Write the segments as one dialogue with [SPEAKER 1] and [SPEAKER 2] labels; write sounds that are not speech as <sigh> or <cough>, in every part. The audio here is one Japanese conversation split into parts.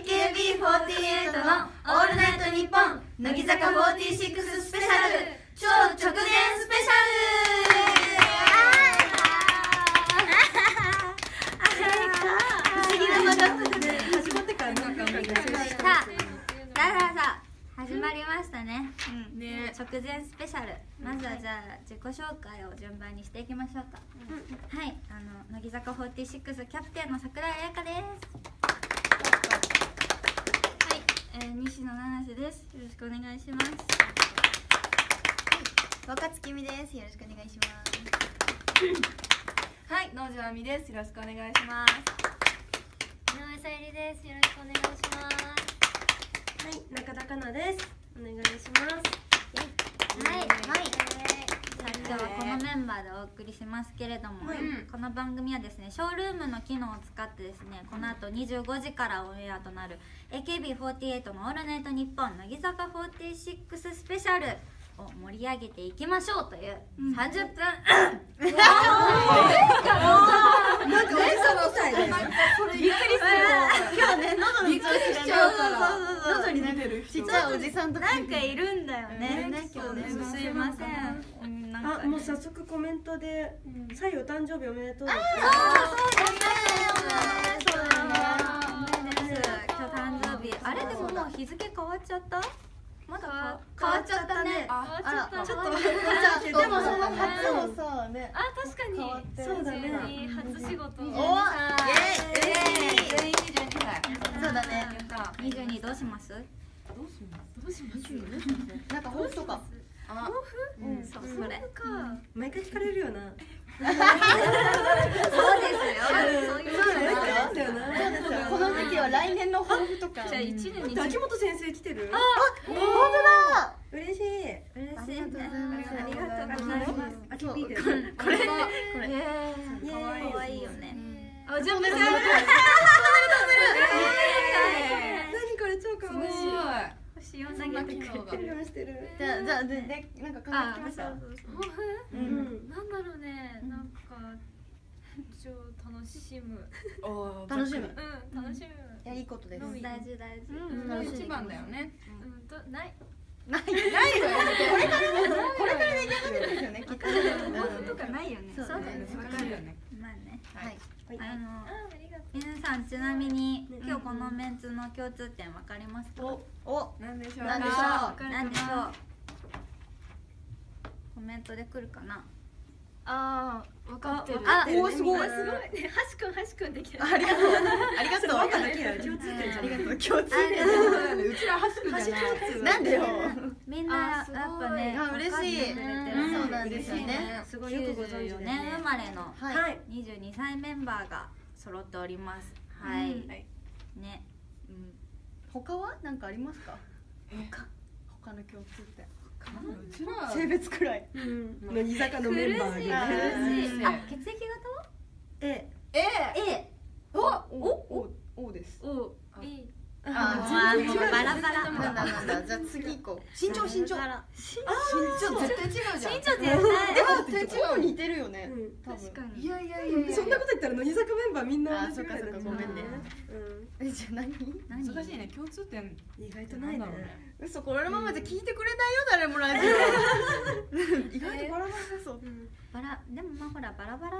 [SPEAKER 1] AKB48 の「オールナイトニッポン」乃木坂46スペシャル超直前スペシャル不思議なことで始まってからなんか思い出しまし
[SPEAKER 2] さあさあさあ始まりましたね,、ね直前スペシャルまずはじゃあ自己紹介を順番にしていきましょうか、はいあの乃木坂46キャプテンの桜井彩香ですはい、えー、西野七瀬ですよろしくお願いします
[SPEAKER 3] 若月美ですよろしくお願いします
[SPEAKER 4] はい、農場あみです。よろしくお願いします。
[SPEAKER 2] 井上さゆりですよろしくお願いします
[SPEAKER 1] はい中田香奈ですお願いします
[SPEAKER 2] はい、さあ今日はこのメンバーでお送りしますけれども、この番組はですねショールームの機能を使ってですねこの後25時からオンエアとなる AKB48 の「オールナイトニッポン乃木坂46スペシャル」を盛り上げていきましょうという30分、
[SPEAKER 1] なんかおじさま夫妻だよ今日ね喉の調子がそうそうそうそうになんか
[SPEAKER 3] ちっちゃいおじさんとか
[SPEAKER 2] なんかいるんだよね、
[SPEAKER 3] ね
[SPEAKER 2] 今日ねすいません、うん、なんか
[SPEAKER 5] あもう早速コメントで「さゆお誕生日おめでとう」
[SPEAKER 2] そうだねそうです今日誕生日あれでももう日付変わっちゃったまだか
[SPEAKER 1] 変わっちゃったね
[SPEAKER 4] あ、
[SPEAKER 3] あら
[SPEAKER 1] ちょっと
[SPEAKER 3] でもその初をさね
[SPEAKER 6] あ確かに
[SPEAKER 5] そうだね
[SPEAKER 6] 初仕事
[SPEAKER 3] おわイエイ
[SPEAKER 4] 全員二十二歳。
[SPEAKER 3] そうだね
[SPEAKER 4] やった。
[SPEAKER 2] 22どうします
[SPEAKER 4] どうすんの？どうします？
[SPEAKER 3] なんか本当か
[SPEAKER 4] あ、
[SPEAKER 3] うん
[SPEAKER 2] そうそれ
[SPEAKER 5] 毎回聞かれるよな
[SPEAKER 2] そうですよそういう
[SPEAKER 5] 毎回なんだよな
[SPEAKER 3] そうですよこの時期は来年の抱負とか
[SPEAKER 6] じゃあ一年に
[SPEAKER 5] 秋元先生来てる
[SPEAKER 3] 本当だ
[SPEAKER 5] 嬉し
[SPEAKER 2] 嬉
[SPEAKER 5] い
[SPEAKER 2] しいね
[SPEAKER 3] あり
[SPEAKER 2] ありが
[SPEAKER 5] 秋
[SPEAKER 2] とうございます
[SPEAKER 5] 秋聞いてる
[SPEAKER 2] これねこれ可愛いよね
[SPEAKER 6] あじゃあめちゃ
[SPEAKER 5] 何これ超かわいい
[SPEAKER 2] 星4
[SPEAKER 4] すごい。そんな機能
[SPEAKER 5] し
[SPEAKER 4] が。
[SPEAKER 5] てるしてる
[SPEAKER 3] じゃあじゃあででなんか考えてきました
[SPEAKER 6] 抱負
[SPEAKER 5] うん
[SPEAKER 6] なんだろうねなんか超楽しむ
[SPEAKER 4] お
[SPEAKER 3] 楽し
[SPEAKER 4] み。
[SPEAKER 3] む
[SPEAKER 6] うん楽し
[SPEAKER 3] いやいいことです
[SPEAKER 6] む
[SPEAKER 2] 大事大事
[SPEAKER 4] うん
[SPEAKER 3] 楽しみ
[SPEAKER 4] 一番だよね。
[SPEAKER 6] うんとない
[SPEAKER 4] ないよ。
[SPEAKER 3] これから出来上がるんですよねきっと
[SPEAKER 2] 抱負とかないよね
[SPEAKER 3] そうだね
[SPEAKER 4] わかるよね。
[SPEAKER 2] まあね
[SPEAKER 3] はい
[SPEAKER 2] あの
[SPEAKER 6] あありがと
[SPEAKER 2] 皆さんちなみに今日このメンツの共通点わかりますか
[SPEAKER 3] お
[SPEAKER 4] なんでしょうか。
[SPEAKER 3] なんでし
[SPEAKER 6] う
[SPEAKER 3] ょ
[SPEAKER 2] なんでしょうコメントで来るかな
[SPEAKER 6] あ分かってる
[SPEAKER 2] あ
[SPEAKER 3] うおーすごい
[SPEAKER 6] すごいねはしくんはしくんできる
[SPEAKER 3] ありがとうありがとう
[SPEAKER 5] バカだけだよ共通点じゃ
[SPEAKER 3] あ
[SPEAKER 5] ん
[SPEAKER 3] りがとう共通
[SPEAKER 4] うちら走るじゃない。
[SPEAKER 3] 点なんでよ
[SPEAKER 2] みんなや
[SPEAKER 6] あ
[SPEAKER 2] っ
[SPEAKER 6] すごい
[SPEAKER 2] ぱね
[SPEAKER 3] あ嬉しい
[SPEAKER 2] わかってくれて
[SPEAKER 3] う
[SPEAKER 2] る
[SPEAKER 3] んそうなんですよね
[SPEAKER 5] すごいよくご
[SPEAKER 2] 94
[SPEAKER 5] 存知で
[SPEAKER 2] 年生まれの
[SPEAKER 3] はい
[SPEAKER 5] はい
[SPEAKER 2] 22歳メンバーが揃っておりますはい、
[SPEAKER 6] うん
[SPEAKER 4] はい
[SPEAKER 2] ね
[SPEAKER 4] うん。
[SPEAKER 3] 他は何かありますか他の共通点
[SPEAKER 4] うちら。
[SPEAKER 3] 性別くらい
[SPEAKER 5] うん乃木坂のメンバーが
[SPEAKER 3] 苦
[SPEAKER 4] しい
[SPEAKER 2] あ血液
[SPEAKER 5] え
[SPEAKER 4] え。
[SPEAKER 2] 型は A
[SPEAKER 3] おおおおです
[SPEAKER 6] お
[SPEAKER 4] あ
[SPEAKER 6] B
[SPEAKER 2] あもうバラバラ
[SPEAKER 3] なんだなんだじゃあ次行こう身長身長
[SPEAKER 4] 身長絶対違うじゃん。
[SPEAKER 2] 身長絶対
[SPEAKER 3] でも手帳似てるよね
[SPEAKER 5] うん
[SPEAKER 3] 多
[SPEAKER 6] 確か
[SPEAKER 3] 分
[SPEAKER 4] い
[SPEAKER 6] に
[SPEAKER 4] やいやいやいや。
[SPEAKER 5] そんなこと言ったら乃木坂メンバーみんな同じぐらいだ
[SPEAKER 3] あそっかそっかごめんね
[SPEAKER 5] うん
[SPEAKER 3] えじゃあ何
[SPEAKER 2] 何
[SPEAKER 4] 難しいね。共通点。
[SPEAKER 5] 意外とないね
[SPEAKER 4] なんだろうね
[SPEAKER 3] 嘘このままじゃ聞いてくれないよ誰もラジオ <laughs> 意外とバラバラそう
[SPEAKER 2] バラでもまあほらバラバラ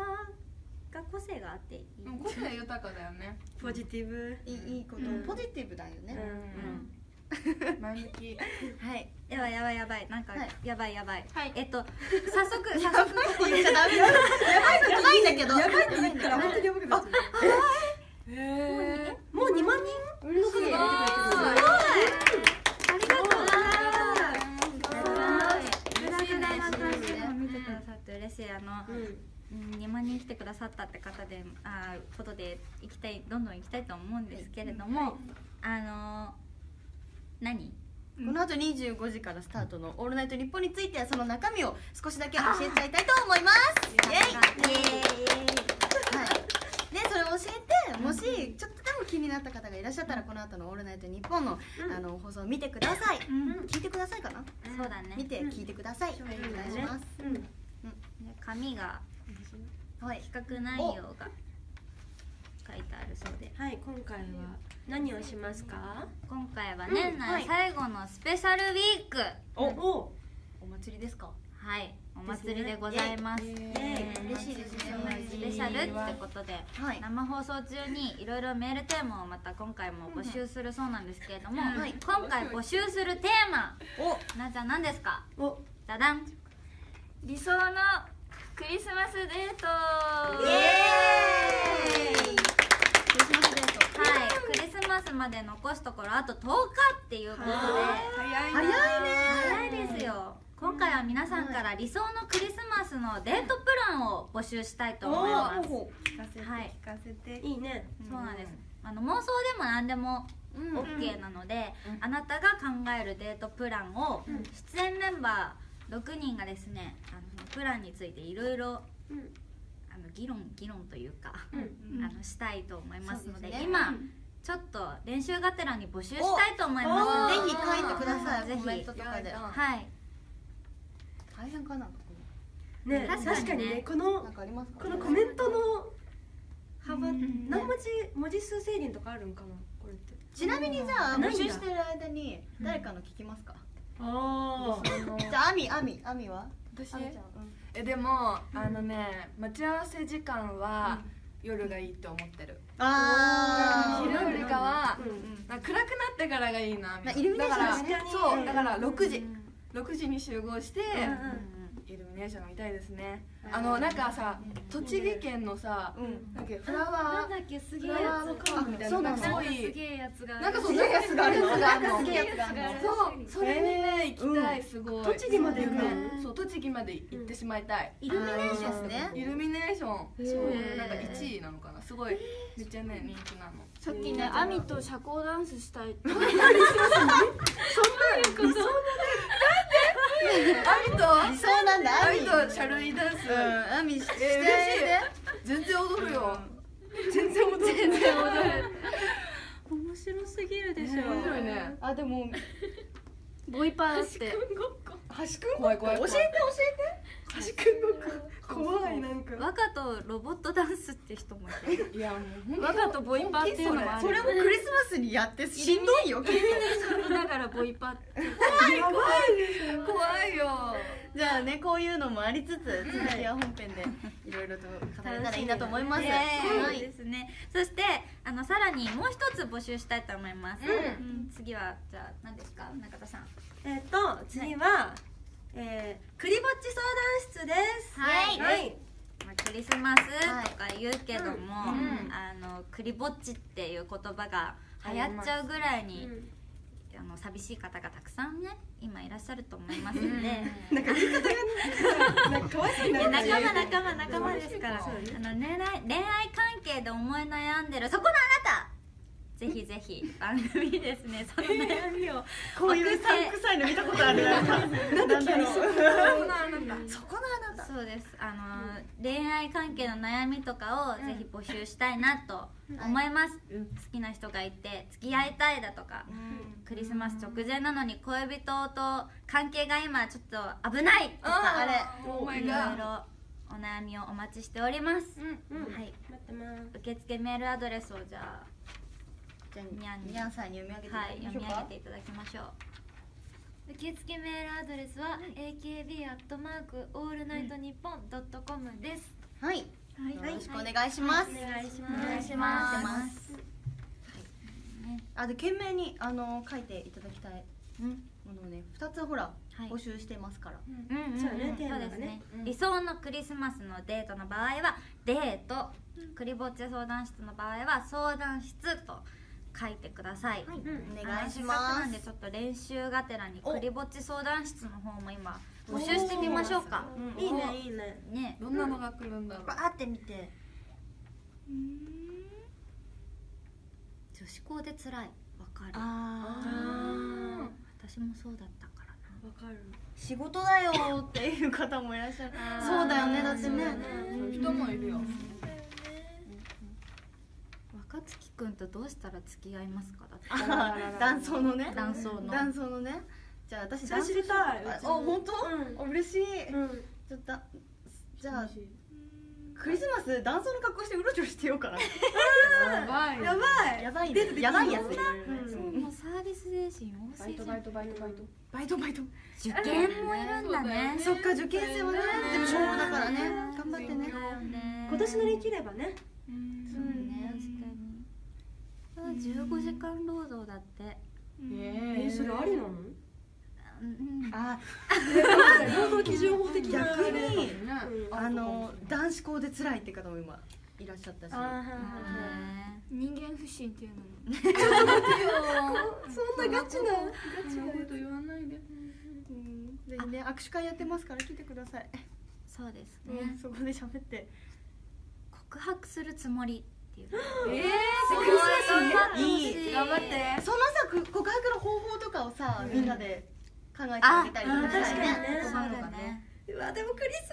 [SPEAKER 2] が個性があっていい、
[SPEAKER 4] うん個性豊かだよね。
[SPEAKER 5] ポジティブ
[SPEAKER 3] いいいいこと
[SPEAKER 5] うん
[SPEAKER 3] ポジティブだよ <laughs>
[SPEAKER 5] う
[SPEAKER 3] ね
[SPEAKER 5] ん
[SPEAKER 4] 前向き。
[SPEAKER 3] はい
[SPEAKER 2] やばいやばいやばいなんか、
[SPEAKER 3] はい
[SPEAKER 2] やばいやばい、
[SPEAKER 6] はい
[SPEAKER 2] えっと早速早速
[SPEAKER 3] 言っちゃダメだやばいことないんだけど
[SPEAKER 5] やばいって言ったら本当にやばくなっちゃう
[SPEAKER 4] へえ。
[SPEAKER 5] もう2万人
[SPEAKER 3] 嬉しい
[SPEAKER 2] ありがとうございます。
[SPEAKER 4] 嬉しいね
[SPEAKER 2] 嬉しいね見てくださって嬉しいあの、うん、2万人来てくださったって方であーことで行きたいどんどん行きたいと思うんですけれども、あの何
[SPEAKER 3] この後25時からスタートの「オールナイトニッポン」についてその中身を少しだけ教えちゃいたいと思いますイエイはい、でそれを教えてもしちょっとでも気になった方がいらっしゃったらこの後の「オールナイトニッポンの」あの放送を見てください、
[SPEAKER 2] うん
[SPEAKER 3] 聞いてくださいかな
[SPEAKER 2] そうだね
[SPEAKER 3] 見て聞いてください、お願いします、
[SPEAKER 2] 紙が
[SPEAKER 3] はい
[SPEAKER 2] 企画内容が書いてあるそうで
[SPEAKER 5] はい今回は何をしますか
[SPEAKER 2] 今回は年
[SPEAKER 5] うんは
[SPEAKER 2] 内
[SPEAKER 5] い
[SPEAKER 2] 最後のスペシャルウィーク
[SPEAKER 5] おお
[SPEAKER 3] お祭りですか
[SPEAKER 2] はいお祭りでございます
[SPEAKER 5] ね
[SPEAKER 3] 嬉しいですね
[SPEAKER 2] スペシャルってことで
[SPEAKER 3] はい
[SPEAKER 2] 生放送中にいろいろメールテーマをまた今回も募集するそうなんですけれども、
[SPEAKER 3] うんはい
[SPEAKER 2] 今回募集するテーマなっちゃん何ですか
[SPEAKER 5] お
[SPEAKER 2] ダダン
[SPEAKER 6] 理想のクリスマスデート
[SPEAKER 2] エーイ
[SPEAKER 3] クリスマスデート
[SPEAKER 2] はい、クリスマスまで残すところあと10日っていうことで
[SPEAKER 4] 早いな
[SPEAKER 3] 早いね
[SPEAKER 2] 早いですよ今回は皆さんから理想のクリスマスのデートプランを募集したいと思いますそう
[SPEAKER 4] 聞かせて
[SPEAKER 2] はい
[SPEAKER 4] 聞かせて
[SPEAKER 5] いいね
[SPEAKER 2] なんですあの妄想でも何でも OK なので、あなたが考えるデートプランを出演メンバー6人がですねあのプランについていろいろ
[SPEAKER 5] うん
[SPEAKER 2] あの議論議論というか、
[SPEAKER 4] うん
[SPEAKER 2] あのしたいと思いますので
[SPEAKER 3] そうですね
[SPEAKER 2] 今ちょっと練習がてらに募集したいと思います
[SPEAKER 3] ぜひ書いてくださ
[SPEAKER 2] ぜ
[SPEAKER 3] い
[SPEAKER 2] ひ
[SPEAKER 3] コメントとかで
[SPEAKER 2] はい
[SPEAKER 3] 大変かな
[SPEAKER 5] ね
[SPEAKER 2] 確
[SPEAKER 5] 確
[SPEAKER 2] かにね
[SPEAKER 5] かにねこ
[SPEAKER 3] な
[SPEAKER 5] の
[SPEAKER 3] んかありますか
[SPEAKER 5] このコメントの幅
[SPEAKER 4] うん
[SPEAKER 5] 何文字文字数制限とかあるんかなこれって
[SPEAKER 3] ちなみにじゃあ
[SPEAKER 5] な
[SPEAKER 3] 募
[SPEAKER 5] いんだ
[SPEAKER 3] 集してる間に誰かの聞きますか
[SPEAKER 5] ああ
[SPEAKER 4] あの
[SPEAKER 3] じゃあアミアミアミは
[SPEAKER 4] 私
[SPEAKER 3] アミちゃん
[SPEAKER 4] えでもあのね待ち合わせ時間は夜がいいと思ってる
[SPEAKER 3] あ
[SPEAKER 4] 昼よりかは
[SPEAKER 5] うん
[SPEAKER 4] なんか暗くなってからがいいなみたいな
[SPEAKER 3] イルミネーション
[SPEAKER 4] だから
[SPEAKER 5] 確かに
[SPEAKER 4] そうだから6
[SPEAKER 2] う
[SPEAKER 4] 時
[SPEAKER 2] ん
[SPEAKER 4] 6時に集合して
[SPEAKER 5] うん
[SPEAKER 4] イルミネーション見たいですねあのなんかさ栃木県のさ
[SPEAKER 3] うん
[SPEAKER 4] なんかフラワ
[SPEAKER 6] だっけす
[SPEAKER 4] ーフラワーカーみたいななんかすごい
[SPEAKER 6] えやつが
[SPEAKER 4] なんかそううなんかすごいのがあるの
[SPEAKER 3] 好きやつがあるの
[SPEAKER 4] そうそれにね行きたいすごい
[SPEAKER 5] 栃木まで行くの
[SPEAKER 4] そう栃木まで行ってしまいたい
[SPEAKER 2] イルミネーション
[SPEAKER 3] ですね
[SPEAKER 4] イルミネーション
[SPEAKER 6] へー
[SPEAKER 4] そうなんか1位なのかなすごいめっちゃね人気なの
[SPEAKER 6] さっきねアミと社交ダンスしたいって
[SPEAKER 4] アミ
[SPEAKER 3] そ
[SPEAKER 4] と
[SPEAKER 3] うなんだア
[SPEAKER 4] ア
[SPEAKER 3] ミ
[SPEAKER 4] ミ
[SPEAKER 3] う
[SPEAKER 4] とシャルイダンス
[SPEAKER 3] んアミして
[SPEAKER 4] え嬉しい全然踊るよ全然踊る全然踊
[SPEAKER 5] 面
[SPEAKER 4] る
[SPEAKER 5] 白すぎるでしょ
[SPEAKER 4] 面白いね
[SPEAKER 3] あでも
[SPEAKER 6] ボイパーだって
[SPEAKER 3] 橋くん
[SPEAKER 4] 怖い怖い
[SPEAKER 3] 教え
[SPEAKER 4] 怖い
[SPEAKER 3] て教
[SPEAKER 5] 橋くんの顔怖いなんか
[SPEAKER 2] 若とロボットダンスって人もいて
[SPEAKER 4] いやもう
[SPEAKER 6] 若とボイパーっていうのも
[SPEAKER 3] え
[SPEAKER 6] あ
[SPEAKER 3] てそれ
[SPEAKER 6] る
[SPEAKER 3] もクリスマスにやってしんどいよ
[SPEAKER 6] だからボイパー
[SPEAKER 4] 怖いよ
[SPEAKER 3] じゃあねこういうのもありつつ続きは本編でいろいろと語れたらいいなと思います
[SPEAKER 2] イエーイ
[SPEAKER 3] は
[SPEAKER 2] そう
[SPEAKER 3] い
[SPEAKER 2] ですねそしてあのさらにもう一つ募集したいと思います、
[SPEAKER 4] う
[SPEAKER 2] うん次はじゃあ何ですか中田さん
[SPEAKER 5] えっと次はえークリぼっち相談室です
[SPEAKER 2] はい
[SPEAKER 5] はい
[SPEAKER 2] まあクリスマスとか言うけども、
[SPEAKER 4] いうんうん
[SPEAKER 2] あのクリぼっちっていう言葉が流行っちゃうぐらいに、あの寂しい方がたくさんね今いらっしゃると思いますので、
[SPEAKER 5] なんか言い方がなんか可愛く
[SPEAKER 2] い
[SPEAKER 5] な
[SPEAKER 2] や
[SPEAKER 5] る
[SPEAKER 2] 仲間仲間仲間ですからあ
[SPEAKER 4] そう
[SPEAKER 2] の恋愛恋愛関係で思い悩んでるそこのあなたぜひぜひ番組にです
[SPEAKER 5] <laughs>
[SPEAKER 2] ねその悩みを
[SPEAKER 3] こういううさんくさいの見たことあるなんかなんだろう
[SPEAKER 4] そんなあなた
[SPEAKER 3] そこのあなた
[SPEAKER 2] そうですあの、恋愛関係の悩みとかをぜひ募集したいなと思います、
[SPEAKER 4] うん
[SPEAKER 2] 好きな人がいて付き合いたいだとか、クリスマス直前なのに恋人と関係が今ちょっと危ないとか
[SPEAKER 3] あれ
[SPEAKER 4] お
[SPEAKER 2] い
[SPEAKER 4] 前
[SPEAKER 2] ろいろ
[SPEAKER 4] が
[SPEAKER 2] お悩みをお待ちしております、
[SPEAKER 5] うん
[SPEAKER 2] はい
[SPEAKER 5] 待ってます
[SPEAKER 2] 受付メールアドレスをじゃ
[SPEAKER 3] じゃ
[SPEAKER 2] にゃ
[SPEAKER 3] あ
[SPEAKER 2] んに
[SPEAKER 3] にゃんさんに読み上げてい
[SPEAKER 2] あ、はい、
[SPEAKER 3] ただきまし
[SPEAKER 2] 読
[SPEAKER 3] ょ
[SPEAKER 2] み
[SPEAKER 3] うか
[SPEAKER 2] 上げていただきましょう
[SPEAKER 6] 受付メールアドレスは AKB アットマークオールナイトニッポンドットコムです。
[SPEAKER 3] はいよろしくお願いします
[SPEAKER 5] お願いし
[SPEAKER 2] お
[SPEAKER 5] ます
[SPEAKER 2] し
[SPEAKER 3] 待ってますあで懸命にあの書いていただきたい
[SPEAKER 2] うん
[SPEAKER 3] ものをね二つほら
[SPEAKER 2] はい
[SPEAKER 3] 募集してますから
[SPEAKER 2] うんうんうん
[SPEAKER 5] そうねテー
[SPEAKER 2] そ
[SPEAKER 5] マ
[SPEAKER 2] う
[SPEAKER 5] が
[SPEAKER 2] ですね
[SPEAKER 5] ね、
[SPEAKER 4] うん
[SPEAKER 2] 理想のクリスマスのデートの場合はデート、クリぼっち相談室の場合は相談室と書いてください、
[SPEAKER 3] はい
[SPEAKER 5] ん
[SPEAKER 3] お願い
[SPEAKER 2] あのせっか
[SPEAKER 3] し
[SPEAKER 2] く
[SPEAKER 3] ま
[SPEAKER 2] なん
[SPEAKER 3] す
[SPEAKER 2] でちょっと練習がてらに
[SPEAKER 3] お
[SPEAKER 2] クリぼっち相談室の方も今募集してみましょうか
[SPEAKER 4] うん
[SPEAKER 5] いいねいいね
[SPEAKER 2] ね
[SPEAKER 4] どんなのが来るんだろう
[SPEAKER 3] バーって見て
[SPEAKER 2] 女子校で辛いわかる
[SPEAKER 5] あ
[SPEAKER 3] あ
[SPEAKER 5] ー
[SPEAKER 2] 私もそうだったからな
[SPEAKER 5] わかる
[SPEAKER 3] 仕事だよっていう方もいらっしゃるそうだよねだってね
[SPEAKER 4] そういう人もいるよ
[SPEAKER 2] 若月くんとどうしたら付き合いますかだって
[SPEAKER 3] あー <laughs> 男装のね
[SPEAKER 2] 男装の
[SPEAKER 3] 男装のねじゃあ私
[SPEAKER 5] それ知りたい
[SPEAKER 3] あ本当
[SPEAKER 5] うん
[SPEAKER 3] あ嬉しい
[SPEAKER 5] うん
[SPEAKER 3] ちょっとじゃあクリスマス男装の格好してうろちょろしてようかな
[SPEAKER 4] やばい
[SPEAKER 5] やばい
[SPEAKER 3] やばいねやばいやつ
[SPEAKER 5] うん
[SPEAKER 6] もうサービス精神旺
[SPEAKER 4] バイ
[SPEAKER 6] 盛
[SPEAKER 4] ト
[SPEAKER 6] じゃ
[SPEAKER 4] バ
[SPEAKER 6] ん
[SPEAKER 4] イトバイトバイト
[SPEAKER 3] バイトバイト
[SPEAKER 2] 受験もいるんだね
[SPEAKER 5] そっか受験生はね
[SPEAKER 3] でも勝負だからね頑張ってね
[SPEAKER 2] だよね
[SPEAKER 5] 今年乗り切ればね
[SPEAKER 2] そうね確かに15時間労働だって
[SPEAKER 5] えそれありなの
[SPEAKER 2] うん
[SPEAKER 3] あ
[SPEAKER 5] 労働基準法的な
[SPEAKER 3] 逆に
[SPEAKER 5] うん
[SPEAKER 3] あの男子校で辛いって方も今いらっしゃったし
[SPEAKER 5] あーはいはいはい
[SPEAKER 2] ね
[SPEAKER 7] 人間不信っていうのも
[SPEAKER 5] そんなガチな
[SPEAKER 4] そんなこと言わないで
[SPEAKER 3] うんぜひね握手会やってますから来てください、
[SPEAKER 2] そうです
[SPEAKER 3] う
[SPEAKER 2] ね
[SPEAKER 3] んそこで喋って
[SPEAKER 2] 告白するつもりっていう
[SPEAKER 4] え
[SPEAKER 2] すごい頑張ってほしい
[SPEAKER 5] 頑張って
[SPEAKER 3] そのさく告白の方法とかをさ、みんなで考えてあげたりとかしたいね
[SPEAKER 5] あ確かにね
[SPEAKER 2] そう
[SPEAKER 3] 困る
[SPEAKER 2] だ
[SPEAKER 3] かね
[SPEAKER 2] ね
[SPEAKER 5] うわでもクリス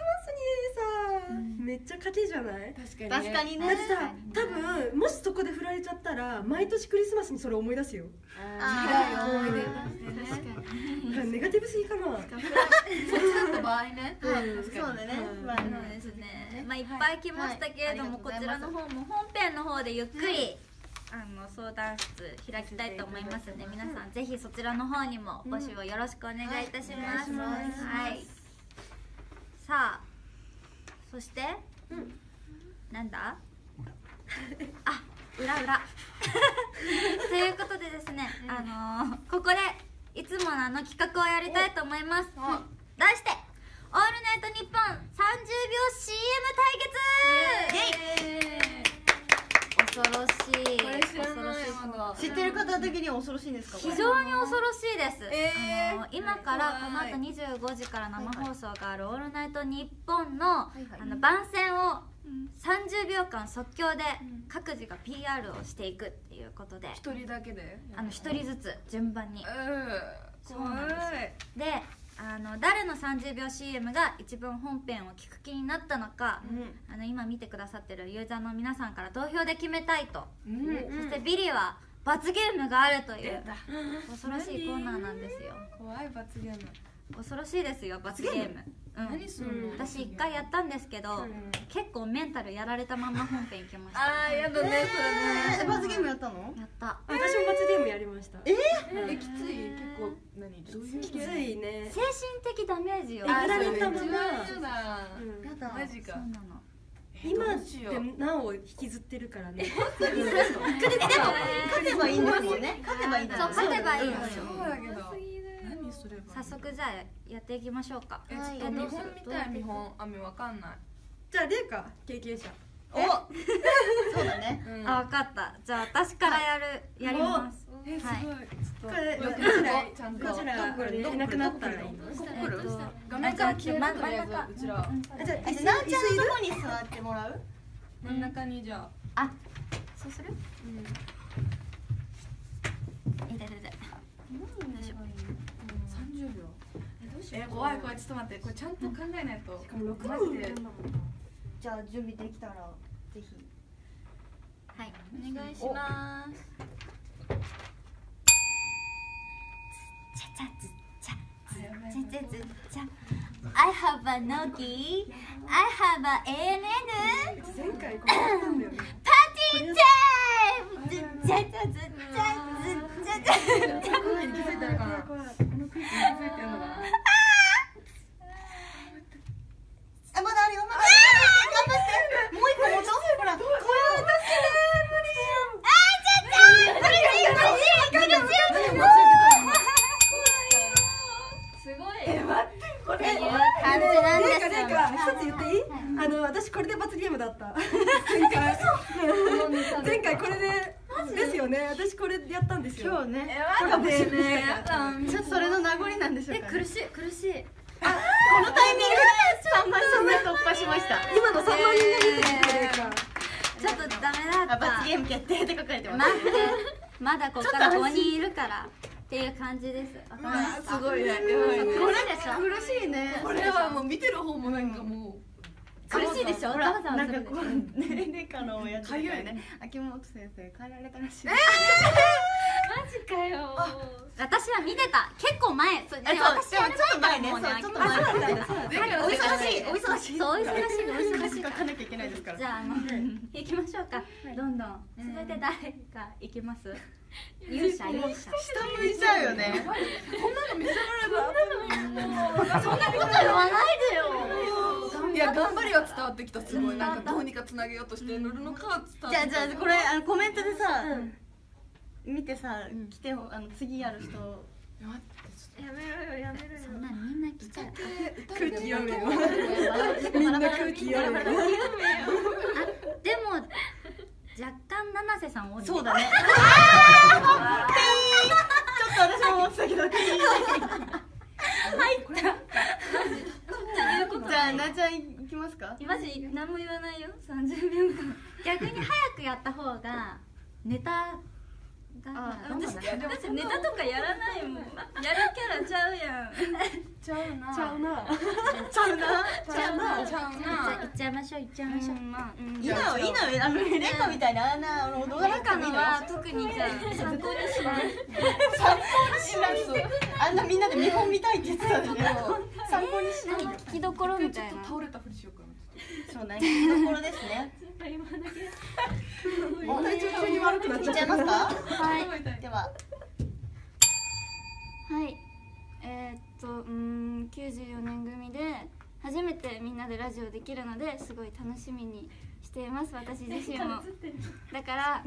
[SPEAKER 5] マスにさ、めっちゃ勝ちじゃない
[SPEAKER 4] ー確か
[SPEAKER 3] 確かに
[SPEAKER 4] にね
[SPEAKER 5] だって
[SPEAKER 3] ね
[SPEAKER 5] さ多分もしそこで振られちゃったら毎年クリスマスにそれ思い出すよ
[SPEAKER 3] あー
[SPEAKER 4] 思い出
[SPEAKER 7] 確かに
[SPEAKER 5] ネガティブすぎかな
[SPEAKER 4] だった場合ね
[SPEAKER 3] はい
[SPEAKER 4] うん確かに
[SPEAKER 3] そうだね、
[SPEAKER 5] うん
[SPEAKER 3] まあ
[SPEAKER 2] そうですねまあいっぱい来ましたけれども、
[SPEAKER 3] はいはい
[SPEAKER 2] こちらの方も本編の方でゆっくり、あの相談室開きたいと思いますので皆さんぜひそちらの方にも募集をよろしくお願いいたします、
[SPEAKER 3] うんはいお願いします
[SPEAKER 2] はいさあそして、
[SPEAKER 5] うん
[SPEAKER 2] なんだ <laughs> あ裏裏 <laughs> ということでですね、あのーここでいつものあの企画をやりたいと思います題して「オールナイトニッポン30秒 CM 対決」恐ろしい
[SPEAKER 4] これ知ら
[SPEAKER 2] 恐ろ
[SPEAKER 4] な
[SPEAKER 2] し
[SPEAKER 4] いまだ
[SPEAKER 3] 知ってる方的には恐ろしいんですかこ
[SPEAKER 2] 非
[SPEAKER 3] れ
[SPEAKER 2] 常に恐ろしいです、
[SPEAKER 4] えー
[SPEAKER 2] あの今からこの後25時から生放送がある「オールナイトニッポンの」
[SPEAKER 3] いはい
[SPEAKER 2] あの番宣を30秒間即興で各自が PR をしていくっていうことで、
[SPEAKER 4] 一人だけで
[SPEAKER 2] あの1人ずつ順番に
[SPEAKER 4] う
[SPEAKER 2] そ
[SPEAKER 4] ん
[SPEAKER 2] うなんですよ
[SPEAKER 4] 怖い
[SPEAKER 2] であの誰の30秒 CM が一番本編を聞く気になったのか、あの今見てくださってるユーザーの皆さんから投票で決めたいと、
[SPEAKER 4] うん
[SPEAKER 2] そしてビリは罰ゲームがあるとい
[SPEAKER 4] 出
[SPEAKER 2] う
[SPEAKER 4] た
[SPEAKER 2] 恐ろしいコーナーなんですよ
[SPEAKER 4] 怖い罰ゲーム
[SPEAKER 2] 恐ろしいですよ罰ゲームうん
[SPEAKER 4] 何するの
[SPEAKER 2] 私一回やったんですけど、
[SPEAKER 4] ん
[SPEAKER 2] 結構メンタルやられたまんま本編行きました
[SPEAKER 4] あーやだね
[SPEAKER 3] え罰ゲームやったの
[SPEAKER 2] やった
[SPEAKER 5] 私も罰ゲームやりましたえ
[SPEAKER 4] それねえきつい結構何どういう
[SPEAKER 5] きついね
[SPEAKER 2] 精神的ダメージを
[SPEAKER 5] えぐられた
[SPEAKER 4] あ
[SPEAKER 5] まま
[SPEAKER 4] そうやだ
[SPEAKER 5] うん
[SPEAKER 3] やだ
[SPEAKER 4] マジ
[SPEAKER 2] そう
[SPEAKER 4] か
[SPEAKER 2] なの
[SPEAKER 5] 今
[SPEAKER 4] どうしよう
[SPEAKER 5] でもなお引きずってるからね
[SPEAKER 3] 勝てばいいんですもんね勝てばいいんだ
[SPEAKER 2] そう勝てばいいのよ
[SPEAKER 4] そうだけど何すればいいの
[SPEAKER 2] 早速じゃあやっていきましょうか
[SPEAKER 4] えちょっと見本みたい見本あみわかんない
[SPEAKER 5] <laughs> じゃあレイカ経験者
[SPEAKER 4] お
[SPEAKER 3] そうだね
[SPEAKER 4] うん
[SPEAKER 2] あ分かったじゃあ私からやるやります
[SPEAKER 4] えすごいちょ
[SPEAKER 5] こ
[SPEAKER 4] っ
[SPEAKER 5] れ
[SPEAKER 4] と
[SPEAKER 5] ど
[SPEAKER 4] よ
[SPEAKER 5] ち
[SPEAKER 4] く
[SPEAKER 5] ら
[SPEAKER 4] ちゃんと
[SPEAKER 5] こちらこれいなくなったらいいの
[SPEAKER 4] ここ
[SPEAKER 6] え
[SPEAKER 4] 来
[SPEAKER 6] っ
[SPEAKER 4] る
[SPEAKER 6] としたの
[SPEAKER 4] 画面から消えたとりあえずうちら
[SPEAKER 5] あじゃあ
[SPEAKER 3] えな
[SPEAKER 5] 椅子
[SPEAKER 3] んちゃん
[SPEAKER 5] 椅
[SPEAKER 3] の
[SPEAKER 5] 子
[SPEAKER 3] とこに座ってもらう
[SPEAKER 4] 真ん中にじゃ
[SPEAKER 2] そうするいいですいいです
[SPEAKER 4] あ三十秒え怖い怖いちょっと待ってこれちゃんと考えないとしかも
[SPEAKER 5] いる
[SPEAKER 4] マジで
[SPEAKER 3] じゃあ準備できたらぜひ
[SPEAKER 2] はい
[SPEAKER 6] お願いします
[SPEAKER 2] チャチャチャチャチャチャチャ I have a Noki I have a ANN
[SPEAKER 5] 前回こうやったんだよね
[SPEAKER 2] パーティータイムチャチャチャチャチャチャ
[SPEAKER 4] この気づいたのかなこのクイズ気づいてるのかな
[SPEAKER 3] あまだあるよまだあるよ頑張ってもう一個持とうほらこうやって
[SPEAKER 2] 感じなんです
[SPEAKER 5] レイ
[SPEAKER 2] よ
[SPEAKER 5] カ一つ言っていいあの私これで罰ゲームだった前回前回これでですよね私これやったんですよ
[SPEAKER 3] 今日ね
[SPEAKER 5] 今日でね
[SPEAKER 3] ちょっとそれの名残なんでしょうか、ね、
[SPEAKER 2] 苦しい苦しい
[SPEAKER 3] このタイミングで3万人突破しました
[SPEAKER 5] 今の3万人が見てくれるから
[SPEAKER 2] ちょっとダメだ
[SPEAKER 3] あ
[SPEAKER 2] っ
[SPEAKER 3] 罰
[SPEAKER 2] た
[SPEAKER 3] ゲーム決定って書かれてま
[SPEAKER 2] 待
[SPEAKER 3] す
[SPEAKER 2] ってまだここから5人いるからっていう感じですわかりま
[SPEAKER 4] あ
[SPEAKER 2] した
[SPEAKER 4] すごいねやばいね
[SPEAKER 2] これでしょ
[SPEAKER 3] 苦しいね
[SPEAKER 4] これはもう見てる方もなんかも
[SPEAKER 2] 苦しいでしょざわざわ
[SPEAKER 3] なん
[SPEAKER 2] す
[SPEAKER 3] か
[SPEAKER 2] るでしょ
[SPEAKER 3] こうね <laughs> ねかのやつみたいね <laughs> 秋元先生変えられたらしい
[SPEAKER 6] マジかよ
[SPEAKER 2] 私は見てた結構前それで
[SPEAKER 3] えそう
[SPEAKER 2] 私は
[SPEAKER 3] でもちょっと前ね
[SPEAKER 2] もうね
[SPEAKER 3] そうちょっと前
[SPEAKER 2] あそうなんだそうなんだ
[SPEAKER 3] お忙しいお忙しい
[SPEAKER 2] そうお忙しいお忙しいから
[SPEAKER 3] かなきゃいけないですから
[SPEAKER 2] じゃああの行きましょうかどんどん続いて誰か行きます勇者勇者
[SPEAKER 3] 下向いちゃうよね
[SPEAKER 2] 言わないでよ
[SPEAKER 4] いや頑張りは伝わってきたすごいなんかどうにかつなげようとして乗るのか伝わっ
[SPEAKER 3] じゃあ
[SPEAKER 4] てき
[SPEAKER 3] じゃ
[SPEAKER 4] た
[SPEAKER 3] あこれあのコメントでさ、見てさ、来てほあの次やる人
[SPEAKER 6] やめろよやめろよ
[SPEAKER 2] そんなんみんな来ちゃう
[SPEAKER 5] 空気読め
[SPEAKER 3] <laughs>
[SPEAKER 5] よ
[SPEAKER 2] みんな空気読むでも若干七瀬さん多い
[SPEAKER 3] そうだねちょっと私も思ってたけど入ったじゃあなちゃんいきますか
[SPEAKER 2] マジ何も言わないよ30秒間逆に早くやった方がネタが
[SPEAKER 3] あ
[SPEAKER 2] どうだ
[SPEAKER 4] でもそんな
[SPEAKER 1] ネタとかやらない
[SPEAKER 2] <laughs>
[SPEAKER 1] もんやるキャラちゃうやん
[SPEAKER 4] ちゃうな
[SPEAKER 5] ちゃうな
[SPEAKER 3] ちゃうな
[SPEAKER 4] ちゃうなちゃう
[SPEAKER 2] じゃあ行っちゃ
[SPEAKER 4] な
[SPEAKER 2] いましょう行っちゃいましょう
[SPEAKER 3] いいな、いいな、あの、レカみたいな、あんな、あの、踊らなくてもいいのよ。
[SPEAKER 2] 特にじゃあ参考にしない
[SPEAKER 3] あんなみんなで見本見たいって言ってたんだけど。参考にしない。
[SPEAKER 2] 何聞きどころみたいな
[SPEAKER 4] 倒れたふりしようかな
[SPEAKER 3] そうね、聞きどころです <laughs> ね。
[SPEAKER 5] 体調急に悪くなっち
[SPEAKER 3] 聞
[SPEAKER 5] ゃ
[SPEAKER 3] いち
[SPEAKER 5] っ
[SPEAKER 3] ゃい
[SPEAKER 5] た
[SPEAKER 3] ますか。
[SPEAKER 7] はい
[SPEAKER 3] では、
[SPEAKER 7] はいえーっとうーん94年組で初めてみんなでラジオできるのですごい楽しみにしています私自身もだから <laughs>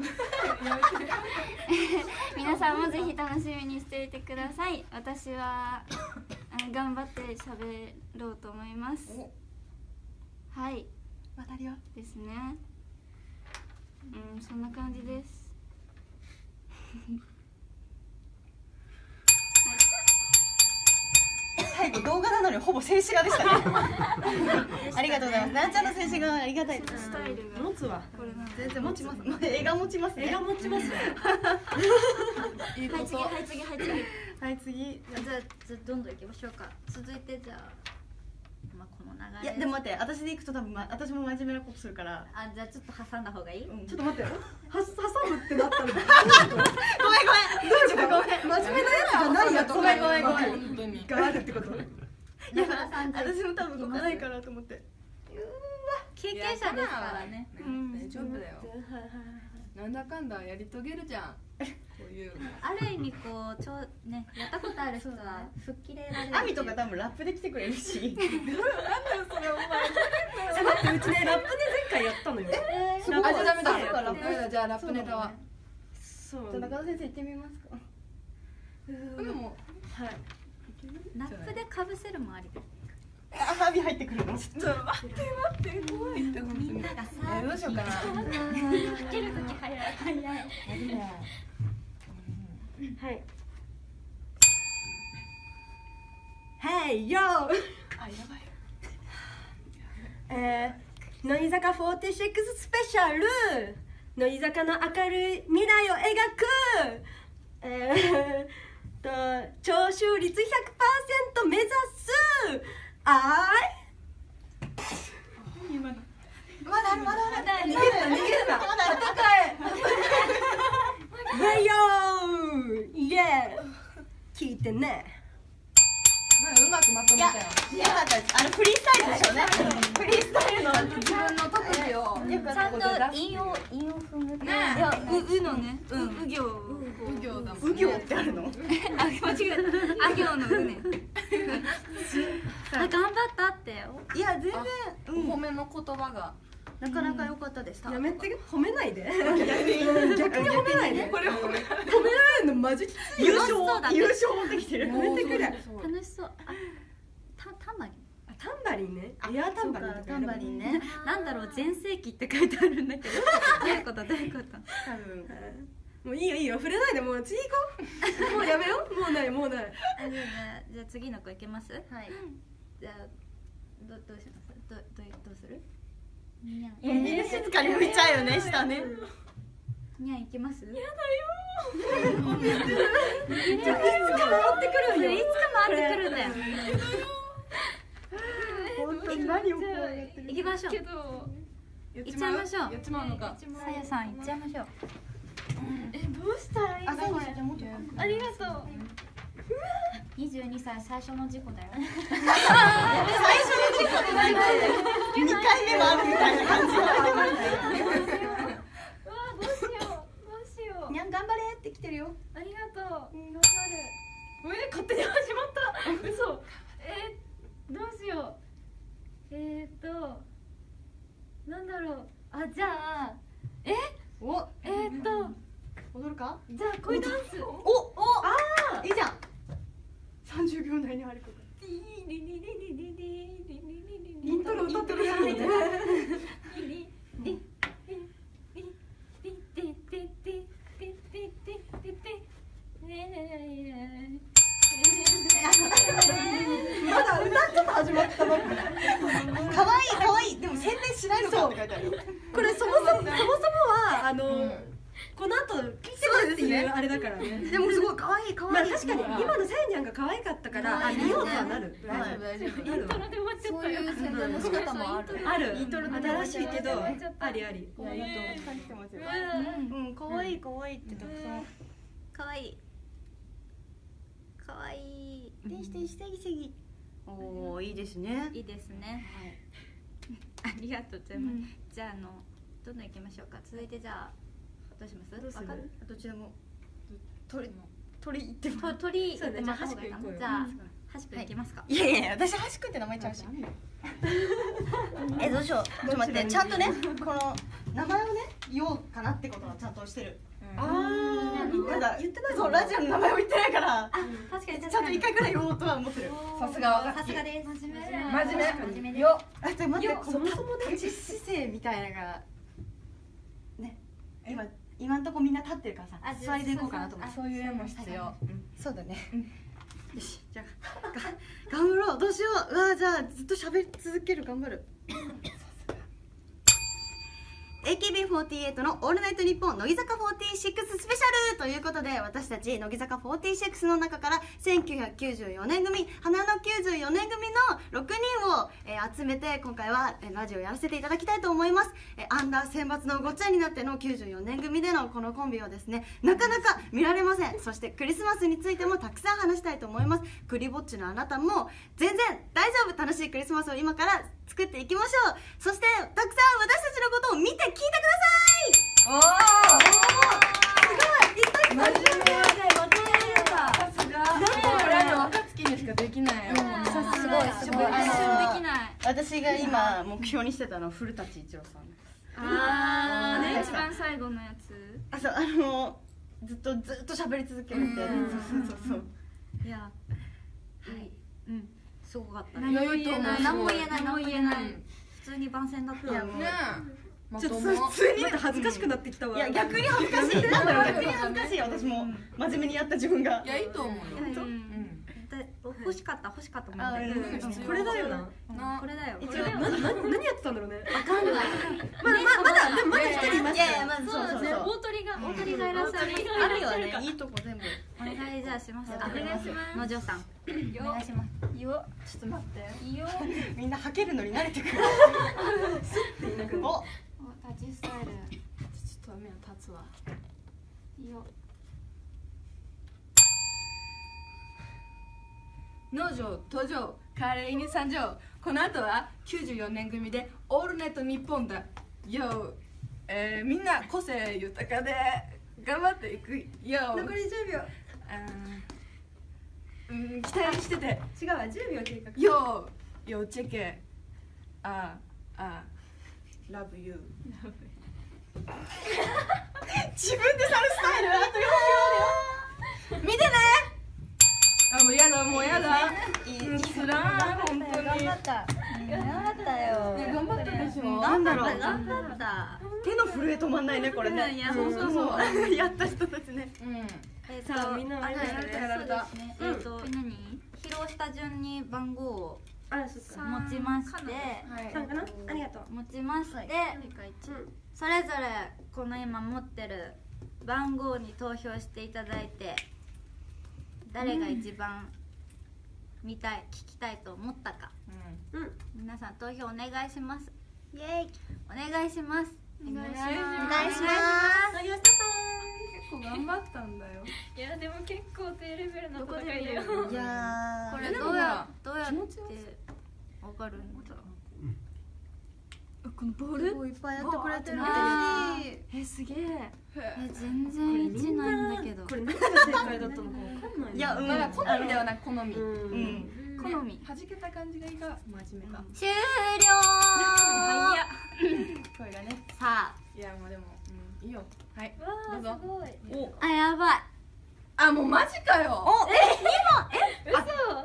[SPEAKER 7] 皆さんもぜひ楽しみにしていてください私はあの頑張って喋ろうと思いますはい
[SPEAKER 3] 渡るよ。
[SPEAKER 7] ですねうんそんな感じです
[SPEAKER 3] 最後動画なのに、ほぼ静止画でしたね。 <laughs> ありがとうございます。なんちゃんの静止画、ありがたいです。
[SPEAKER 7] スタイルが
[SPEAKER 5] 持つわ
[SPEAKER 7] これなの
[SPEAKER 3] 全然持ち <laughs> ます。映画持ちますね。
[SPEAKER 5] 絵が持ちます
[SPEAKER 4] いいこ
[SPEAKER 2] はい次
[SPEAKER 4] と
[SPEAKER 2] はい次はい次
[SPEAKER 3] はい、次。
[SPEAKER 2] じゃあじゃあどんどん行きましょうか続いてじゃあまあこの流
[SPEAKER 3] い
[SPEAKER 2] れ
[SPEAKER 3] や、でも待って、私で行くと、多分、ま、私も真面目なことするから。
[SPEAKER 2] あじゃあちょっと挟んだ方がいい
[SPEAKER 3] うん
[SPEAKER 5] ちょっと待ってよは挟むってなったのどう
[SPEAKER 3] ごめん、ごめん。
[SPEAKER 5] いうこと真面目なやつじゃないやつ
[SPEAKER 3] <laughs> ごめんごめんごめん
[SPEAKER 4] 本当に
[SPEAKER 5] があるってこと
[SPEAKER 2] 中田さんじゃあ
[SPEAKER 3] 私も多分動かないかなと思って。
[SPEAKER 2] 経験者ですからね
[SPEAKER 7] うん
[SPEAKER 4] 大丈夫だよなんだかんだやり遂げるじゃんこういうの
[SPEAKER 2] ある意味こうちょねやったことある人は吹っ切れられる
[SPEAKER 3] アミとか多分ラップで来てくれるし。 <laughs>
[SPEAKER 5] だってうちねラップで前回やったのよ
[SPEAKER 4] あじゃあダメだ
[SPEAKER 3] そうかラップ
[SPEAKER 4] ダメだじゃあラップネタは
[SPEAKER 5] そう
[SPEAKER 3] じゃあ中田先生行ってみますか。
[SPEAKER 4] でも
[SPEAKER 5] はい
[SPEAKER 2] ラップでかぶせるもあり
[SPEAKER 3] あ、ハービー入ってくるの。
[SPEAKER 4] ちょっと待って待って怖いって本当に
[SPEAKER 2] なんかさ
[SPEAKER 4] えどうしようかな
[SPEAKER 2] 吹ける時早い早い
[SPEAKER 5] はい。Hey yo!
[SPEAKER 4] あやばい
[SPEAKER 5] えー、乃木坂46スペシャル乃木坂の明るい未来を描くえー、と聴取率100%目指すあ
[SPEAKER 3] まだあるまだある。
[SPEAKER 5] ーい逃げるな逃げるな戦え Hey yo! イエー聞いてね
[SPEAKER 4] まあうまくまとめたよ
[SPEAKER 3] いや、だってあのフリースタイルでしょうね。フリースタイルの。
[SPEAKER 4] 自分の特技を
[SPEAKER 3] よく
[SPEAKER 2] ちゃん
[SPEAKER 3] ここ
[SPEAKER 2] と
[SPEAKER 3] で
[SPEAKER 2] 韻を韻を踏む
[SPEAKER 4] ね
[SPEAKER 7] いや、う、うのね、う、う行をこう、
[SPEAKER 4] 不業だもん
[SPEAKER 3] 右行ってあるの。
[SPEAKER 7] あ、間違
[SPEAKER 2] <laughs>
[SPEAKER 7] えた、あ行のうね。
[SPEAKER 2] あ頑張ったってよ
[SPEAKER 3] いや、全然。
[SPEAKER 4] お褒めの言葉が
[SPEAKER 3] なかなか良かったです。
[SPEAKER 5] やめて褒めないで逆に褒めないでこれ褒められる
[SPEAKER 3] <laughs>
[SPEAKER 5] のマジきつい
[SPEAKER 3] 優
[SPEAKER 5] よ
[SPEAKER 2] 楽しそ
[SPEAKER 3] 勝
[SPEAKER 2] うだ。ね
[SPEAKER 3] 優勝持ってきてる。
[SPEAKER 5] やめてくれ
[SPEAKER 2] 楽しそうあたタンバリン
[SPEAKER 5] あタンバリンねエアタンバリンとか
[SPEAKER 3] タンバリンね。
[SPEAKER 2] なんだろう全盛期って書いてあるんだけどどういうことどういうこと
[SPEAKER 3] 多分。
[SPEAKER 5] もういいよいいよ触れないでもう次行こうもうやめよ
[SPEAKER 3] <laughs>
[SPEAKER 5] うもうないもうない
[SPEAKER 2] あじゃあじゃあ次の子いけます
[SPEAKER 3] はい。
[SPEAKER 2] じゃあどどうしますどどうどうする
[SPEAKER 3] みんな静かに拭いちゃうよね、下ね。
[SPEAKER 2] にゃんいけます
[SPEAKER 5] じゃあいつか回ってくる
[SPEAKER 2] い
[SPEAKER 5] んよ
[SPEAKER 2] つか回ってくるんだよ
[SPEAKER 3] 本当に何をこうやってる。
[SPEAKER 2] 行きましょう
[SPEAKER 6] けど
[SPEAKER 4] やっ
[SPEAKER 2] 行っちゃいましょう
[SPEAKER 4] やっちまうのか
[SPEAKER 2] さやさん行っちゃいましょう
[SPEAKER 6] えどうしたらいいんだ
[SPEAKER 3] 朝
[SPEAKER 6] こ
[SPEAKER 3] に
[SPEAKER 6] れ
[SPEAKER 3] してもっと。
[SPEAKER 6] ありがとう
[SPEAKER 2] 22歳最初の事故だよ
[SPEAKER 3] 最初の事故で何回目もあるみたいな。
[SPEAKER 6] あじゃあ
[SPEAKER 3] お
[SPEAKER 6] えー、っと
[SPEAKER 3] 踊るか
[SPEAKER 6] じゃあ恋ダンス
[SPEAKER 3] いいじゃん三十秒内にあることイントロ歌ってくれるのねまだ歌ちょっと始まったばっか可愛い可愛いでも宣伝しないのかって書いてある
[SPEAKER 5] これそも
[SPEAKER 3] <laughs>
[SPEAKER 5] そもそもそもはあの、この後聞いてますっていうあれだからね。
[SPEAKER 3] でもすごい可愛い可
[SPEAKER 5] まあ
[SPEAKER 3] 愛い
[SPEAKER 5] 確かに今のさやにゃんが可愛かったから、あ見ようとはなる。
[SPEAKER 3] 大丈夫大丈夫
[SPEAKER 5] なるわ
[SPEAKER 1] そういう宣伝の仕方もある
[SPEAKER 5] ある
[SPEAKER 3] イントロで
[SPEAKER 5] 新しいけどありあり。
[SPEAKER 3] いやいいと思う感じてますようん可愛い可愛いってたくさん
[SPEAKER 2] かわいいかわいい
[SPEAKER 3] 天使天使ぎすぎおおいいですね
[SPEAKER 2] いいですね、ありがとうございます、じゃああのどんどん行きましょうか続いてじゃあどうします
[SPEAKER 5] どうする
[SPEAKER 2] わか
[SPEAKER 3] どちらも鳥鳥行っても
[SPEAKER 2] と鳥
[SPEAKER 5] そうだね
[SPEAKER 2] まあハシ君
[SPEAKER 5] じゃあ
[SPEAKER 2] じゃ
[SPEAKER 5] ハシ君行こうよ
[SPEAKER 2] あハシ君行きますか、
[SPEAKER 3] いやいやいや私ハシ君って名前ちゃう <laughs> しえどうしようちょっと待ってちゃんとねこの名前をね言おうかなってことはちゃんとしてる
[SPEAKER 5] ああみん
[SPEAKER 3] ま
[SPEAKER 5] な
[SPEAKER 3] だ
[SPEAKER 5] 言ってない
[SPEAKER 3] そうラジオの名前を言ってないから
[SPEAKER 2] 確かに
[SPEAKER 3] ちゃんと一回くらい言おうとは思
[SPEAKER 5] <laughs>
[SPEAKER 3] ってる
[SPEAKER 4] さすがは
[SPEAKER 2] さすがです真面
[SPEAKER 4] 真
[SPEAKER 2] 真面
[SPEAKER 4] 面
[SPEAKER 2] 目
[SPEAKER 4] 目
[SPEAKER 2] で
[SPEAKER 4] よ
[SPEAKER 3] あちょっと待って
[SPEAKER 5] そもそも
[SPEAKER 3] 立ち姿勢みたいなのがね今今んとこみんな立ってるからさ
[SPEAKER 2] あ
[SPEAKER 3] 座りでいこうかなと思って
[SPEAKER 4] そういう絵も必要
[SPEAKER 3] そうだね、よしじゃあが頑 <laughs> 張ろうどうしよううわじゃあずっと喋り続ける頑張る AKB48 の「オールナイトニッポン」乃木坂46スペシャルということで私たち乃木坂46の中から1994年組花の94年組の6人を、えー集めて今回は、えーラジオやらせていただきたいと思います、えーアンダー選抜のごっちゃになっての94年組でのこのコンビをですねなかなか見られませんそしてクリスマスについてもたくさん話したいと思いますクリぼっちのあなたも全然大丈夫楽しいクリスマスを今から作っていきましょうそしてたくさん私たちのことを見て聞いてください
[SPEAKER 5] 真
[SPEAKER 4] おお
[SPEAKER 5] 面目でまとめれた。
[SPEAKER 4] さすがこれは若月にしかできないよ
[SPEAKER 7] さす
[SPEAKER 4] が
[SPEAKER 7] す
[SPEAKER 4] す
[SPEAKER 7] ご
[SPEAKER 4] ご
[SPEAKER 7] い
[SPEAKER 4] い
[SPEAKER 7] 一瞬できない
[SPEAKER 3] 私が今目標にしてたのは古舘一郎さん
[SPEAKER 5] あーね
[SPEAKER 7] 一番最後のやつ
[SPEAKER 3] あそうあのずっとずっと喋り続けるってやつそうそうそう
[SPEAKER 2] 目いやはいうんすごかったね
[SPEAKER 4] 余裕と思う
[SPEAKER 2] 何も言えない
[SPEAKER 7] 何も
[SPEAKER 2] 何も
[SPEAKER 7] 言
[SPEAKER 2] 言
[SPEAKER 7] え
[SPEAKER 2] え
[SPEAKER 7] な
[SPEAKER 2] ないい普通に番宣だった
[SPEAKER 3] いやもう
[SPEAKER 4] ねま
[SPEAKER 5] ちょっ
[SPEAKER 4] と
[SPEAKER 5] と
[SPEAKER 4] も
[SPEAKER 5] 普通になんか恥ずかしくなってきたわ。
[SPEAKER 3] いや逆に恥ずかしいなんだろう逆に恥ずかしいよ私も真面目にやった自分が
[SPEAKER 4] いやいいと思うよ
[SPEAKER 2] うん
[SPEAKER 4] うん
[SPEAKER 2] で欲しかった欲しかったもん
[SPEAKER 3] あー
[SPEAKER 2] ね
[SPEAKER 3] うん
[SPEAKER 5] これだよな。
[SPEAKER 4] な
[SPEAKER 2] これだよ
[SPEAKER 3] 一応
[SPEAKER 2] これだよ
[SPEAKER 5] なな何やってたんだろうね。
[SPEAKER 2] まだまだでも
[SPEAKER 5] まだ一人いま
[SPEAKER 3] い
[SPEAKER 5] した
[SPEAKER 3] や
[SPEAKER 5] よ
[SPEAKER 3] いやまずそうそうそう
[SPEAKER 6] 大鳥が
[SPEAKER 2] お二人がいらっしゃい
[SPEAKER 3] あるよねいいとこ全部
[SPEAKER 2] お願いじゃあしますか
[SPEAKER 3] お願いし
[SPEAKER 2] ますのじょさんお願いします
[SPEAKER 7] よ
[SPEAKER 4] ちょっと待って
[SPEAKER 3] みんなはけるのに慣れてくるお
[SPEAKER 7] お立ちスタイル
[SPEAKER 4] ちょっと目を立つわ
[SPEAKER 7] よ
[SPEAKER 4] 農場登場カレー犬参上この後は94年組で「オールナイトニッポン」だよ、えー、みんな個性豊かで頑張っていくよ
[SPEAKER 5] 残り10秒。
[SPEAKER 4] うん期待してて
[SPEAKER 5] 違うわ10秒経過。
[SPEAKER 4] よよチェケああラブユー
[SPEAKER 3] 自分で去るスタイルあと
[SPEAKER 4] 見てねあもうやだもうやだうんつらい本当に頑張った頑張ったよ頑張ったでしょ
[SPEAKER 3] なんだろう
[SPEAKER 2] 頑張った
[SPEAKER 3] 手の震え止まんないねこれね
[SPEAKER 2] いやそうそう
[SPEAKER 4] そう
[SPEAKER 3] やった人たちね
[SPEAKER 4] うん
[SPEAKER 2] えっと
[SPEAKER 5] さあみんな
[SPEAKER 2] あれ
[SPEAKER 5] やられた
[SPEAKER 4] やられた
[SPEAKER 2] そうですねえっと
[SPEAKER 7] これ何
[SPEAKER 2] 披露した順に番号を
[SPEAKER 5] あそっか。
[SPEAKER 2] 持ちまして
[SPEAKER 4] はい
[SPEAKER 5] 3かな。ありがとう。
[SPEAKER 2] 持ちまして
[SPEAKER 5] うん
[SPEAKER 2] それぞれこの今持ってる番号に投票していただいて誰が一番見たい聞きたいと思ったか皆さん投票お願いします
[SPEAKER 3] イエイ
[SPEAKER 2] お願いします
[SPEAKER 4] お願いし
[SPEAKER 3] お
[SPEAKER 4] ま
[SPEAKER 3] 願
[SPEAKER 4] す
[SPEAKER 3] いし
[SPEAKER 2] ま
[SPEAKER 4] 結構頑張ったんだよ
[SPEAKER 6] いやでも結構低レベルな
[SPEAKER 7] どこで
[SPEAKER 6] 戦い
[SPEAKER 7] 見
[SPEAKER 6] だ
[SPEAKER 7] れ
[SPEAKER 6] よ
[SPEAKER 7] る
[SPEAKER 3] ますいやー
[SPEAKER 2] こ
[SPEAKER 4] こ
[SPEAKER 2] れ
[SPEAKER 4] れ
[SPEAKER 2] どうやどうやっ
[SPEAKER 4] 気持ちよ
[SPEAKER 2] てわかるんだ
[SPEAKER 7] このボー
[SPEAKER 3] すごいいっぱいやってくれてる
[SPEAKER 2] あ
[SPEAKER 3] 嬉しい
[SPEAKER 7] えすげえ
[SPEAKER 2] え全然一致ないんだけど
[SPEAKER 5] これ何が正解だったのかわかんない。
[SPEAKER 3] いやうん
[SPEAKER 4] まだ好みだよな好み
[SPEAKER 5] う。
[SPEAKER 4] う
[SPEAKER 3] う
[SPEAKER 4] ん
[SPEAKER 3] ん
[SPEAKER 7] 好み
[SPEAKER 4] 弾けた感じがいいが真面目か
[SPEAKER 2] 終了
[SPEAKER 3] 声がね
[SPEAKER 2] さあ
[SPEAKER 4] いやもうでも、うん、いいよはいどうぞ
[SPEAKER 6] ごい
[SPEAKER 2] あやばい
[SPEAKER 4] あもうマジかよ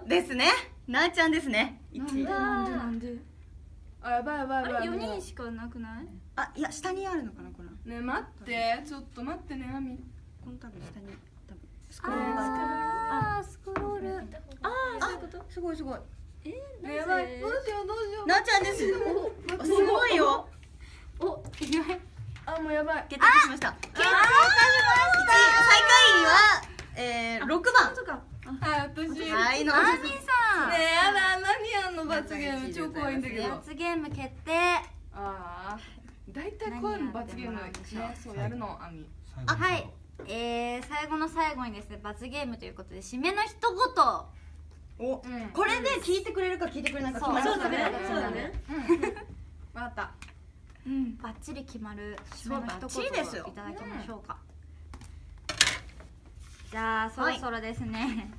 [SPEAKER 3] ですねなあちゃんですね1
[SPEAKER 6] わあ
[SPEAKER 4] あやばいやばいやばい
[SPEAKER 7] 4
[SPEAKER 4] もう
[SPEAKER 7] 人しかなくない
[SPEAKER 3] あいや下にあるのかなこれ
[SPEAKER 4] ね待ってちょっと待ってねあみ
[SPEAKER 3] この多分下に多分スクロールが
[SPEAKER 6] あースクロールああそういうこと
[SPEAKER 3] すごいすごい
[SPEAKER 4] ねやばいどうしようどうしよう
[SPEAKER 3] なあちゃんですおすごいよ
[SPEAKER 4] あもうやばい
[SPEAKER 3] 決定いたしました決定いたしました最下位はえー6番
[SPEAKER 4] あ私ね
[SPEAKER 3] はいの
[SPEAKER 2] アーミンさん
[SPEAKER 4] えやだ何やんの罰ゲーム超怖いんだけど
[SPEAKER 2] 罰ゲーム決定
[SPEAKER 4] ああ大体こういうの罰ゲームねそうやるのあみ
[SPEAKER 2] あはいえー、最後の最後にですね罰ゲームということで締めの一言
[SPEAKER 3] お
[SPEAKER 4] うん
[SPEAKER 3] これで聞いてくれるか聞いてくれないか決まる
[SPEAKER 5] そうだねそうだね
[SPEAKER 4] わかった
[SPEAKER 2] バッチリ決まる締め
[SPEAKER 3] そう
[SPEAKER 2] の
[SPEAKER 3] バッ
[SPEAKER 2] 一
[SPEAKER 3] チ
[SPEAKER 2] 言
[SPEAKER 3] リですよ
[SPEAKER 2] をいただきましょうか、じゃあそろそろですね、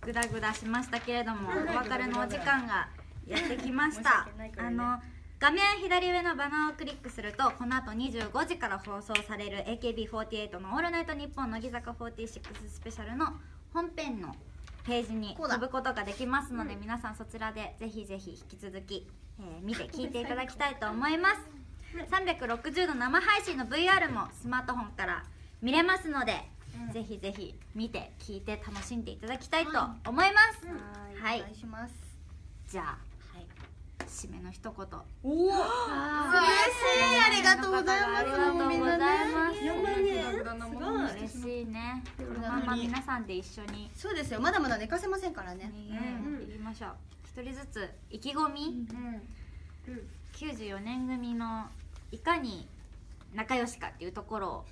[SPEAKER 2] グダグダしましたけれども、お別れのお時間がやってきました、あの画面左上のバナーをクリックするとこの後25時から放送される AKB48 の「オールナイトニッポン乃木坂46スペシャル」の本編のページに飛ぶことができますので、皆さんそちらでぜひぜひ引き続き、えー見て聞いていただきたいと思います360度生配信の VR もスマートフォンから見れますので、ぜひぜひ見て聞いて楽しんでいただきたいと思います、はい
[SPEAKER 3] お願いします
[SPEAKER 2] じゃあ、締めの一言嬉しい
[SPEAKER 3] おお嬉しいありがとうございます
[SPEAKER 2] ありがとうございます
[SPEAKER 5] 4万円
[SPEAKER 4] 無駄なものにしてし
[SPEAKER 2] 嬉しいねこの
[SPEAKER 3] な
[SPEAKER 2] まま皆さんで一緒に
[SPEAKER 3] そうですよまだまだ寝かせませんからね
[SPEAKER 2] 逃げいきましょう一人ずつ意気込み
[SPEAKER 4] まううん
[SPEAKER 2] 94年組のいかに仲良しかっていうところを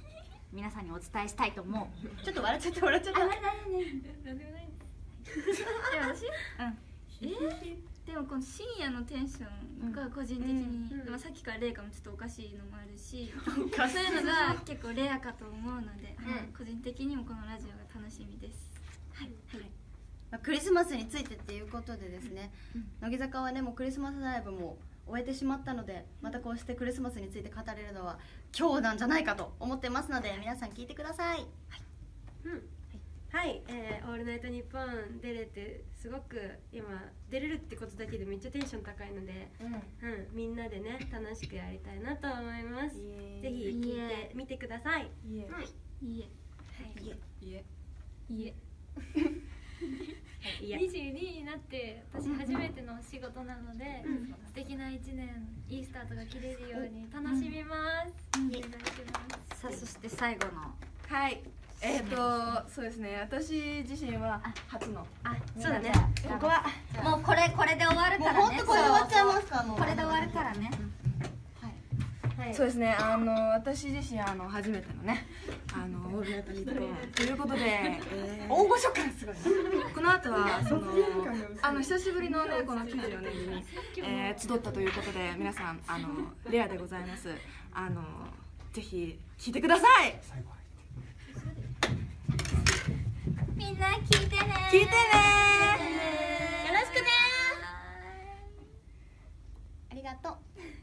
[SPEAKER 2] 皆さんにお伝えしたいと思う
[SPEAKER 3] ちょっと笑っちゃった笑っちゃった
[SPEAKER 7] でもこの深夜のテンションが個人的に、まあ、さっきからレイカもちょっとおかしいのもあるし、
[SPEAKER 5] <laughs>
[SPEAKER 7] そういうのが結構レアかと思うので、はい個人的にもこのラジオが楽しみです
[SPEAKER 3] まあクリスマスについてっていうことでですね、乃木坂はねもうクリスマスライブも終えてしまったのでまたこうしてクリスマスについて語れるのは今日なんじゃないかと思ってますので皆さん聞いてください
[SPEAKER 5] はい、えーオールナイトニッポン出れてすごく今出れるってことだけでめっちゃテンション高いので、うん、みんなでね楽しくやりたいなと思います。ぜひ聞いてみてください。
[SPEAKER 7] いいえ
[SPEAKER 4] いえ
[SPEAKER 7] いいえ
[SPEAKER 5] いや
[SPEAKER 6] 22になって私初めてのお仕事なので素敵な一年いいスタートが切れるように楽しみますお願いします
[SPEAKER 2] さあそして最後の
[SPEAKER 4] はいえっ、ー、とそうですね私自身は初の
[SPEAKER 2] あ
[SPEAKER 5] そうだねここは
[SPEAKER 2] もうこれこれで終わる
[SPEAKER 3] もう
[SPEAKER 2] からね
[SPEAKER 3] 本当これ終わっちゃいますからもう
[SPEAKER 2] これで終わるからね
[SPEAKER 5] はい
[SPEAKER 4] そうですねあの私自身あの初めてのねあ <laughs> のオールナイトニッポンということで、大御所感すごいこの後はそのあの久しぶりのねこの94年に、えー集ったということで皆さんあのレアでございますあのぜひ聞いてください
[SPEAKER 2] みんな聞いてね
[SPEAKER 4] 聞いてね
[SPEAKER 2] よろしくね
[SPEAKER 3] ありがとう